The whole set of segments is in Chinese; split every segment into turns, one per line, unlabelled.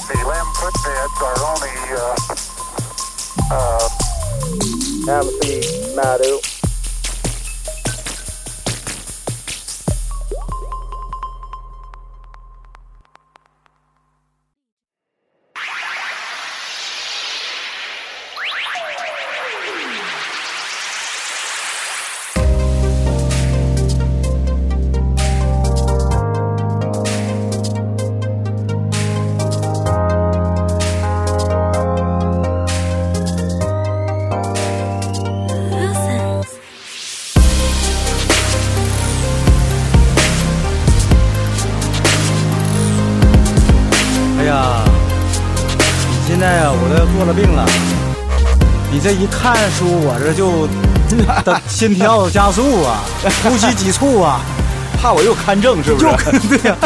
quit beds are only, uh, uh,
Amity Madu.
哎呀，你现在啊，我都要做了病了。你这一看书，我这就的心跳加速 啊，呼吸急促啊，
怕我又看症是不是
又？跟对呀、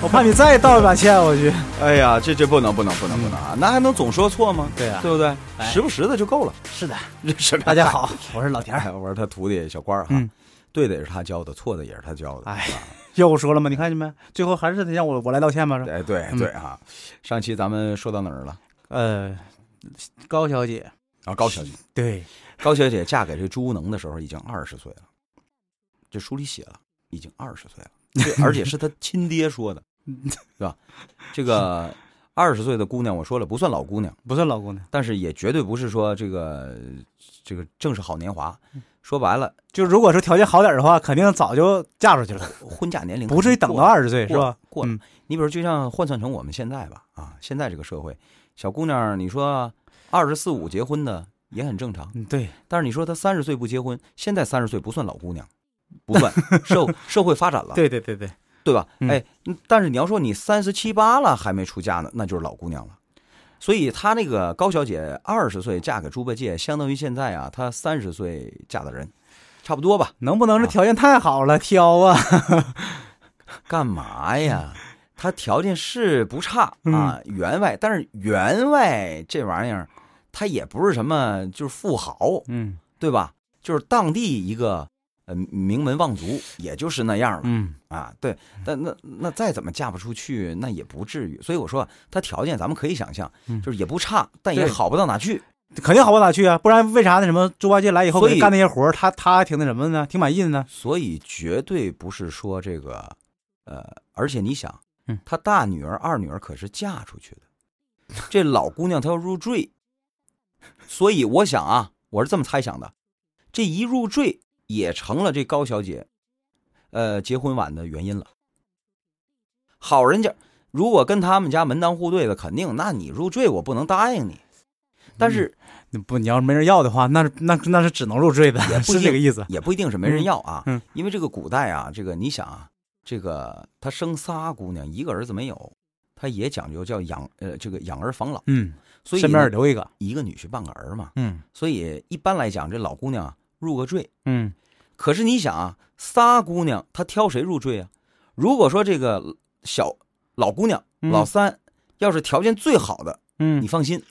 我怕你再倒一把欠回去。
哎呀，这这不能不能不能不能啊！那还能总说错吗？
嗯对呀
对不对？
哎
时不时的就够了。
是的，
这是
大家好，我是老田儿。
哎，我是他徒弟小官儿哈，
嗯
对的也是他教的，错的也是他教的。
哎， 又说了吗？你看见没？最后还是得让我我来道歉吧。是吧
哎，对对啊，上期咱们说到哪儿了？
呃，高小姐，
啊，高小姐，
对，
高小姐嫁给这朱无能的时候已经二十岁了，这书里写了，已经二十岁了，对，而且是他亲爹 说的，是吧？这个二十岁的姑娘，我说了不算老姑娘，
不算老姑娘，
但是也绝对不是说这个这个正是好年华。
嗯
说白了，
就如果说条件好点儿的话，肯定早就嫁出去了，
婚嫁年龄
不至于等到二十岁是
过了
吧？
过了。
嗯
你比如就像换算成我们现在吧，啊，现在这个社会，小姑娘你说二十四五结婚的也很正常，
嗯，对，
但是你说她三十岁不结婚，现在三十岁不算老姑娘， 不算社社会发展了，
对对对对，
对吧？
嗯
哎，但是你要说你三十七八了还没出嫁呢，那就是老姑娘了。所以她那个高小姐二十岁嫁给猪八戒，相当于现在啊，她三十岁嫁的人，差不多吧？
能不能这条件太好了，挑啊？
干嘛呀？她条件是不差
嗯
啊，员外，但是员外这玩意儿，他也不是什么就是富豪，
嗯
对吧？就是当地一个呃名门望族，也就是那样了。
嗯，
啊，对，但那那再怎么嫁不出去，那也不至于。所以我说，他条件咱们可以想象，
嗯
就是也不差，但也
对
好不到哪去。
肯定好不到哪去啊，不然为啥那什么猪八戒来以后
所
给
以
他干那些活儿，他他还挺那什么呢？挺满意的呢？
所以绝对不是说这个，呃，而且你想
嗯，
他大女儿、二女儿可是嫁出去的，这老姑娘她要入赘，所以我想啊，我是这么猜想的，这一入赘也成了这高小姐，呃，结婚晚的原因了。好人家如果跟他们家门当户对的，肯定，那你入赘我不能答应你，但是。
你不，你要是没人要的话， 那是那那是只能入赘的，
不 一
是这个意思。
也不一定是没人要啊，
嗯嗯
因为这个古代啊，这个你想啊，这个他生仨姑娘，一个儿子没有，他也讲究叫养呃这个养儿防老，
嗯，
所以
身边留一个。
一个女婿半个儿嘛，
嗯
所以一般来讲，这老姑娘啊入个赘。
嗯，
可是你想啊，仨姑娘她挑谁入赘啊？如果说这个小老姑娘
嗯
老三要是条件最好的，
嗯
你，啊放心，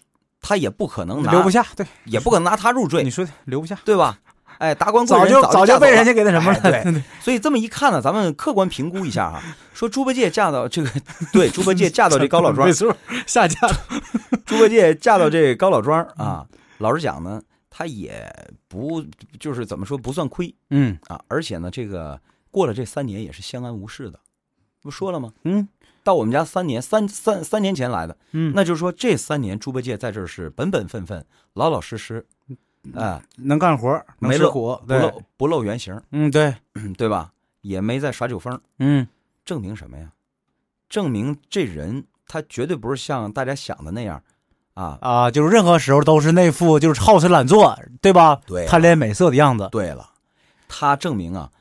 她也不可能拿，
留不下，对，
也不可能拿她入
你
赘，
说的留不下，
对吧？哎，达官贵
早
人
就
早
早就
嫁
被
走了
人家给那什么了。
哎对
对，
所以这么一看呢，咱们客观评估一下 啊，说猪八戒嫁到这个， 对，猪八戒嫁到这 高老庄
没，错，下架了。
猪八戒嫁到这高老庄啊，
嗯
老实讲呢，他也不就是怎么说不算亏
嗯
啊，而且呢，这个过了这三年也是相安无事的，不说了吗？
嗯
到我们家三年，三三三年前来的，
嗯，
那就是说这三年猪八戒在这儿是本本分分、老老实实，哎、
能干活儿，能
没
吃
露
苦，
不
嗯对，
露不露原形，
嗯对，
对吧？也没在耍酒疯，
嗯
证明什么呀？证明这人他绝对不是像大家想的那样啊。
啊，就是任何时候都是那副就是好吃懒做，对吧？
对啊
贪恋美色的样子。
对了，他证明啊，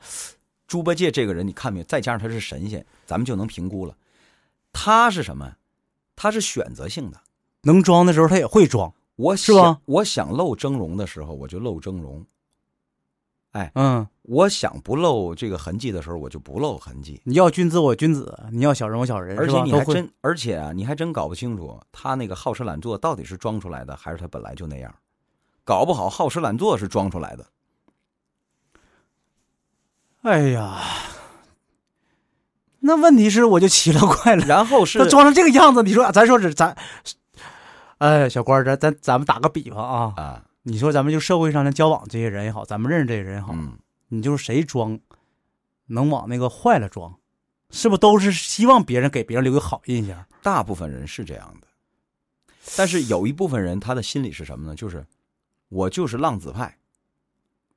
猪八戒这个人，你看没有？再加上他是神仙，咱们就能评估了。他是什么？他是选择性的。
能装的时候他也会装，
我
是
想
吧
我想露峥嵘的时候，我就露峥嵘；
嗯。
我想不露这个痕迹的时候，我就不露痕迹。
你要君子我君子，你要小人我小人，
而
是
且
吧
你
都
还
会
真，而且啊，你还真搞不清楚他那个好吃懒做到底是装出来的，还是他本来就那样。搞不好好吃懒做是装出来的。
哎呀，那问题是我就奇了怪了，
然后是
他装成这个样子，你说咱说是咱，哎，小官儿，咱咱咱们打个比方啊，
啊，
你说咱们就社会上的交往这些人也好，咱们认识这些人也好，
嗯，
你就是谁装，能往那个坏了装，是不是都是希望别人给别人留个好印象？
大部分人是这样的，但是有一部分人他的心理是什么呢？就是我就是浪子派，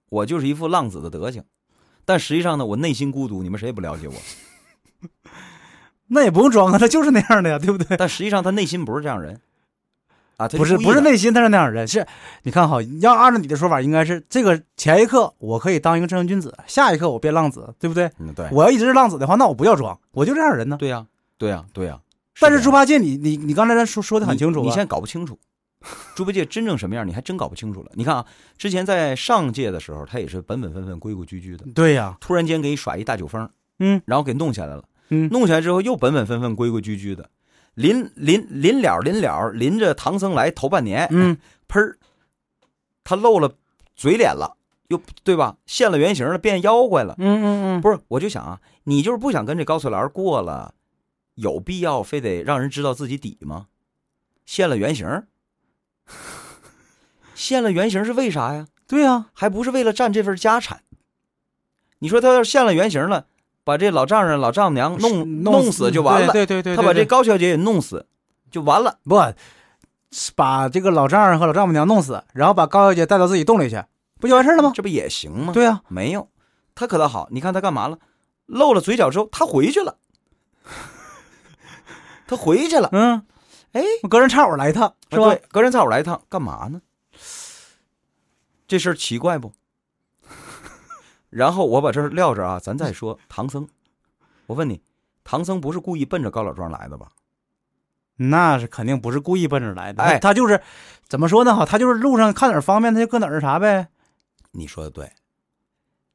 我就是一副浪子的德行，但实际上呢，我内心孤独，你们谁也不了解我。
那也不用装啊，他就是那样的呀，对不对？
但实际上他内心不是这样人，啊，他
不是
故意的
不是内心他是那样的人，是你看好，要按照你的说法，应该是这个前一刻我可以当一个正人君子，下一刻我变浪子，对不对？
嗯对，
我要一直是浪子的话，那我不要装，我就这样的人呢。
对呀、对呀、对呀、
但是
这
猪
样
八戒，你你你刚才咱说说的很清楚啊
你，你
吧
现在搞不清楚，猪八戒真正什么样，你还真搞不清楚了。你看啊，之前在上届的时候，他也是本本分分、规规矩矩的，
对呀、
突然间给你甩一大酒疯儿，
嗯
然后给弄起来了，
嗯
弄起来之后又本本分分、规规矩矩的，临临临了临了，临着唐僧来头半年，
嗯，
喷儿，他露了嘴脸了，又对吧？现了原形了，变妖怪了。
嗯嗯嗯，
不是，我就想啊，你就是不想跟这高翠兰过了，有必要非得让人知道自己底吗？现了原形，现了原形是为啥呀？
对啊呀、
还不是为了占这份家产？你说他要是现了原形了，把这老丈人、老丈母娘弄
弄
弄死就完了，
对对对对，
他把这
对
高小姐也弄死就完了。
不是把这个老丈人和老丈母娘弄死，然后把高小姐带到自己洞里去，不就完事儿了吗？
这不也行吗？
对呀、
没有，他可倒好，你看他干嘛了？露了嘴角之后，他回去了，他回去了，
嗯，
哎，
我隔人插我来一趟，是
啊
吧
对？，隔山擦火来一趟，干嘛呢？这事儿奇怪不？ 然后我把这儿撂着啊，咱再说唐僧。我问你，唐僧不是故意奔着高老庄来的吧？
那是肯定不是故意奔着来的，
哎
他就是怎么说呢？哈，他就是路上看哪儿方便，他就搁哪儿啥呗。
你说的对，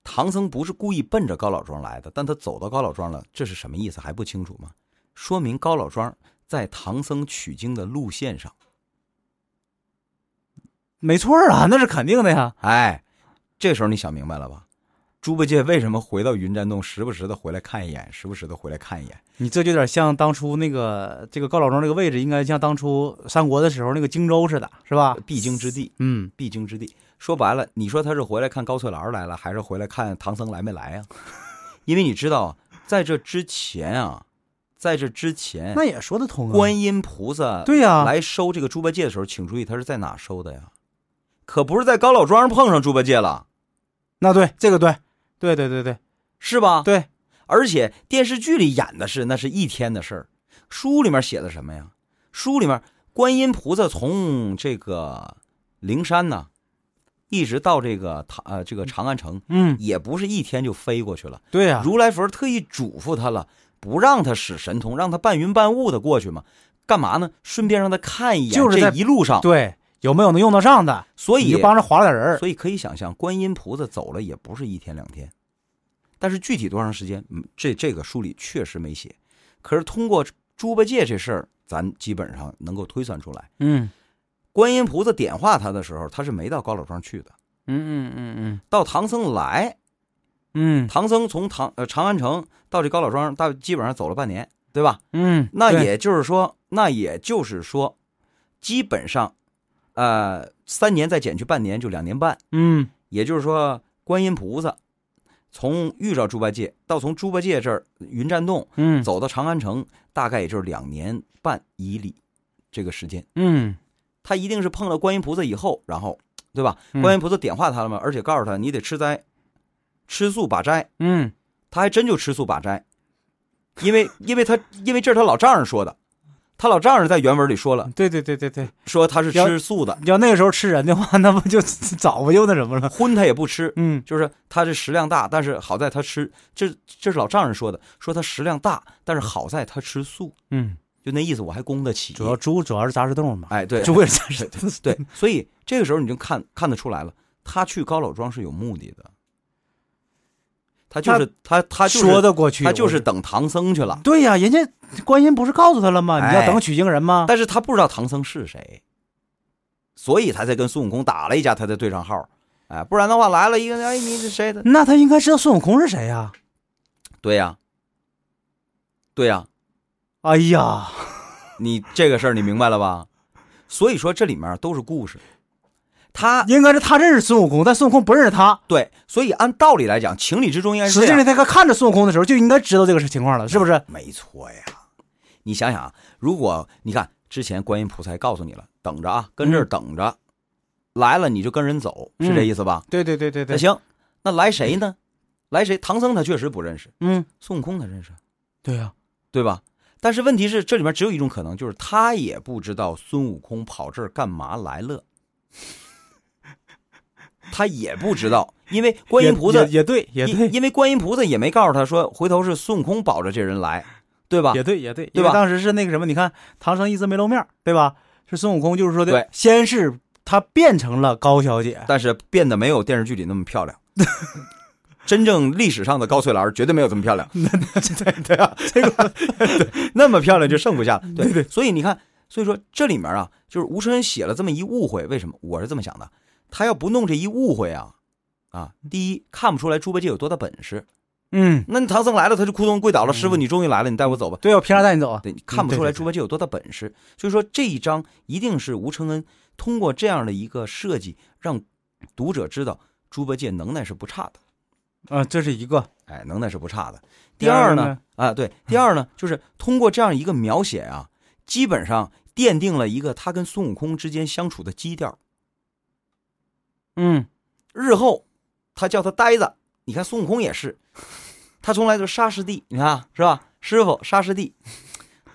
唐僧不是故意奔着高老庄来的，但他走到高老庄了，这是什么意思还不清楚吗？说明高老庄在唐僧取经的路线上。
没错儿啊， 那是肯定的呀。
哎，这时候你想明白了吧？猪八戒为什么回到云栈洞，时不时的回来看一眼，时不时的回来看一眼？
你这就有点像当初那个这个高老庄这个位置，应该像当初三国的时候那个荆州似的，是吧？
必经之地，
嗯，
必经之地。说白了，你说他是回来看高翠兰来了，还是回来看唐僧来没来呀、 因为你知道啊，在这之前啊，在这之前，
那也说得通啊。
观音菩萨
对啊呀、
来收这个猪八戒的时候，请注意他是在哪收的呀？可不是在高老庄碰上猪八戒了，
那对这个对，对对对对
是吧？
对，
而且电视剧里演的是那是一天的事儿，书里面写的什么呀？书里面观音菩萨从这个灵山呢，一直到这个长呃这个长安城，
嗯，
也不是一天就飞过去了。
对呀、
如来佛特意嘱咐他了，不让他使神通，让他半云半雾的过去嘛。干嘛呢？顺便让他看一眼，
就是
这
在
一路上，
对，有没有能用得上的？
所
你
以
就帮着划拉点人儿。
所以可以想象，观音菩萨走了也不是一天两天，但是具体多长时间，嗯这这个书里确实没写。可是通过猪八戒这事儿，咱基本上能够推算出来，
嗯
观音菩萨点化他的时候，他是没到高老庄去的，
嗯嗯嗯
到唐僧来，
嗯
唐僧从唐呃长安城到这高老庄，大基本上走了半年，对吧？
嗯，
那
对
也就是说，那也就是说，基本上，呃，三年再减去半年，就两年半。
嗯
也就是说，观音菩萨从遇着猪八戒到从猪八戒这儿云栈洞
嗯
走到长安城，大概也就是两年半以里这个时间。
嗯
他一定是碰到观音菩萨以后，然后对吧？
嗯
观音菩萨点化他了嘛，而且告诉他你得吃斋，吃素把斋。
嗯
他还真就吃素把斋，因为因为他因为这是他老丈人说的，他老丈人在原文里说了，
对对对对对，
说他是
要
吃素的，
要那个时候吃人的话， 那不就早不就那什么了？
荤他也不吃，
嗯
就是他这食量大，但是好在他吃，这这是老丈人说的，说他食量大，但是好在他吃素，
嗯，
就那意思，我还供得起。
主要猪主要是杂食动物嘛，
哎，对
猪也 是杂食动物。
对，所以这个时候你就看看得出来了，他去高老庄是有目的的，他就是他他就是
说得过去，
他就是
我
等唐僧去了，
对呀、人家观音不是告诉他了吗？你要
哎
等取经人吗？
但是他不知道唐僧是谁，所以他才跟孙悟空打了一架，他才对上号。哎，不然的话来了一个，哎，你是谁的？
那他应该知道孙悟空是谁呀、
对呀、对呀、
哎呀，
你这个事儿你明白了吧？所以说这里面都是故事。他
应该是他认识孙悟空，但孙悟空不认识他。
对，所以按道理来讲，情理之中应该是
实
这
际
样
上，他看着孙悟空的时候就应该知道这个情况了，是不是？
没错呀。你想想啊，如果你看之前观音菩萨告诉你了，等着啊，跟这儿
嗯
等着，来了你就跟人走，是这
嗯
意思吧？
对对对对
那，行，那来谁呢？来谁？唐僧他确实不认识，
嗯，
孙悟空他认识，
对呀、
对吧？但是问题是，这里面只有一种可能，就是他也不知道孙悟空跑这儿干嘛来了，他也不知道，因为观音菩萨
也也也对，也
因
对，
因为观音菩萨也没告诉他说，回头是孙悟空保着这人来，对吧？
也对，也对，
对
因
吧
为当时是那个什么，你看唐僧一直没露面儿，对吧？是孙悟空，就是说
对
的，先是他变成了高小姐，
但是变得没有电视剧里那么漂亮。 真正历史上的高翠兰绝对没有这么漂亮，
对啊，这个
那么漂亮就剩不下了。对对，所以你看，所以说这里面啊，就是吴承恩写了这么一误会，为什么？我是这么想的，他要不弄这一误会啊，啊，第一看不出来猪八戒有多大本事。
嗯，
那你唐僧来了，他就咕咚跪倒了，师傅你终于来了，你带我走吧。
对啊，我凭啥带你走啊？
对，你看不
对
出来
对
猪八戒有多大本事。所以说这一章一定是吴承恩通过这样的一个设计，让读者知道猪八戒能耐是不差的，
啊，这是一个。
哎，能耐是不差的。
第
第二
二
呢
呢，
啊，对，第二呢，就是通过这样一个描写啊，基本上奠定了一个他跟孙悟空之间相处的基调。
嗯，
日后他叫他呆子，你看孙悟空也是，他从来就是沙师弟，你看啊是吧？师傅沙师弟，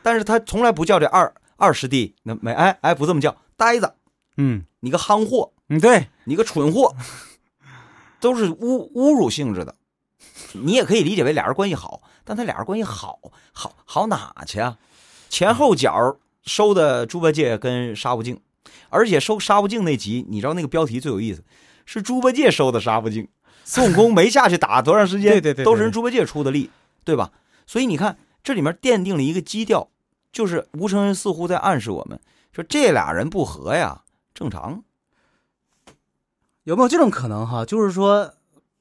但是他从来不叫这二二师弟，那没哎哎不这么叫，呆子，
嗯，
你个憨货，
嗯，对，
你个蠢货，都是侮侮辱性质的。你也可以理解为俩人关系好，但他俩人关系好好好哪去啊？前后脚收的猪八戒跟沙悟净，而且收沙悟净那集，你知道那个标题最有意思，是猪八戒收的沙悟净，孙悟空没下去打多长时间，
对对对对
都是人猪八戒出的力，对吧？所以你看这里面奠定了一个基调，就是吴承恩似乎在暗示我们说这俩人不和呀，正常。
有没有这种可能哈？就是说，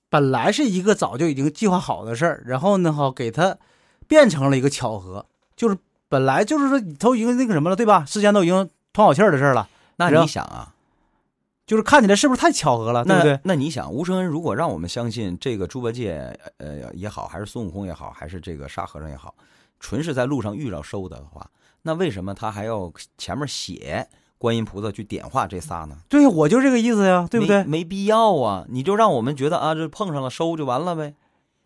本来是一个早就已经计划好的事儿，然后呢哈，给它变成了一个巧合，就是本来就是说都已经那个什么了，对吧？时间都已经通好气儿的事儿了，
那
然
你
后
想啊，
就是看起来是不是太巧合啊了，对不
那
对？
那你想，吴承恩如果让我们相信这个猪八戒，呃也好，还是孙悟空也好，还是这个沙和尚也好，纯是在路上遇到收的话，那为什么他还要前面写观音菩萨去点化这仨呢？
对，我就这个意思呀，对不对
没？没必要啊，你就让我们觉得啊，这碰上了收就完了呗，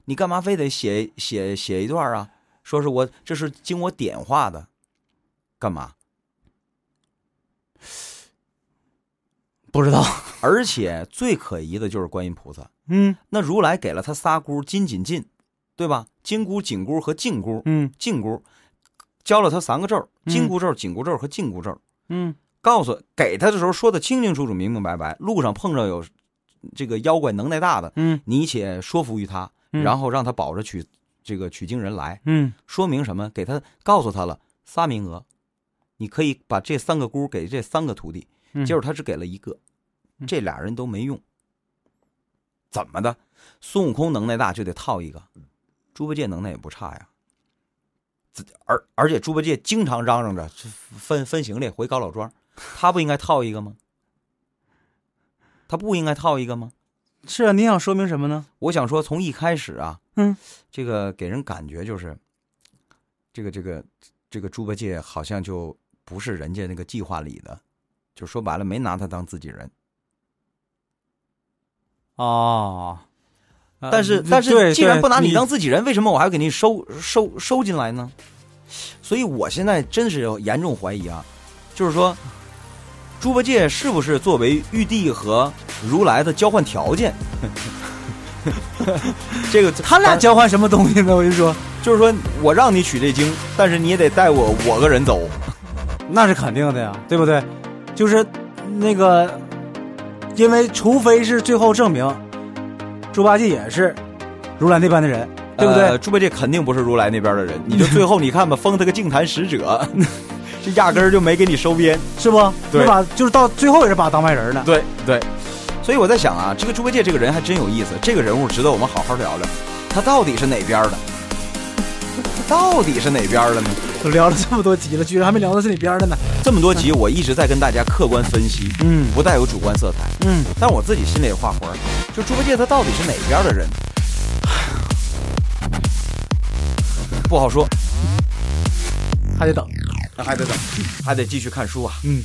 你干嘛非得写写写一段啊？说是我这是经我点化的，干嘛？
不知道，
而且最可疑的就是观音菩萨。
嗯
那如来给了他仨姑金紧进，对吧？金姑、紧姑和净姑，
嗯
净姑教了他三个咒儿：
嗯
金箍咒、紧箍咒和净箍咒。
嗯
告诉给他的时候说的清清楚楚、明明白白。路上碰上有这个妖怪能耐大的，
嗯
你且说服于他，
嗯
然后让他保着取这个取经人来，
嗯
说明什么？给他告诉他了仨名额，你可以把这三个姑给这三个徒弟，
嗯
结果他只给了一个，
嗯
这俩人都没用。怎么的？孙悟空能耐大就得套一个，猪八戒能耐也不差呀。自而而且猪八戒经常嚷嚷着分分行李回高老庄，他不应该套一个吗？他不应该套一个吗？
是啊，你想说明什么呢？
我想说，从一开始啊，
嗯，
这个给人感觉就是，这个这个这个猪八戒好像就不是人家那个计划里的，就说白了没拿他当自己人。
哦，呃
但是但是，
对
既然
对
不拿你当
你
自己人，为什么我还要给你收收收进来呢？所以我现在真是严重怀疑啊，就是说，猪八戒是不是作为玉帝和如来的交换条件？ 这个
他俩
反
交换什么东西呢？我 就说，
就是说我让你取这经，但是你也得带我我个人走。
那是肯定的呀，对不对？就是那个，因为除非是最后证明猪八戒也是如来那般的人，对不对？
呃猪八戒肯定不是如来那边的人，你就最后你看吧，封他个净坛使者， 这压根儿就没给你收编。
是不？
对
那把就是到最后也是把他当外人呢。
对对，所以我在想啊，这个猪八戒这个人还真有意思，这个人物值得我们好好聊聊，他到底是哪边的？到底是哪边儿了呢？
都聊了这么多集了，居然还没聊到这里边儿的呢。
这么多集，我一直在跟大家客观分析，
嗯
不带有主观色彩。
嗯，
但我自己心里也画魂儿，就猪八戒他到底是哪边儿的人， 不好说，
还得等。
那还得等，还得继续看书啊。
嗯。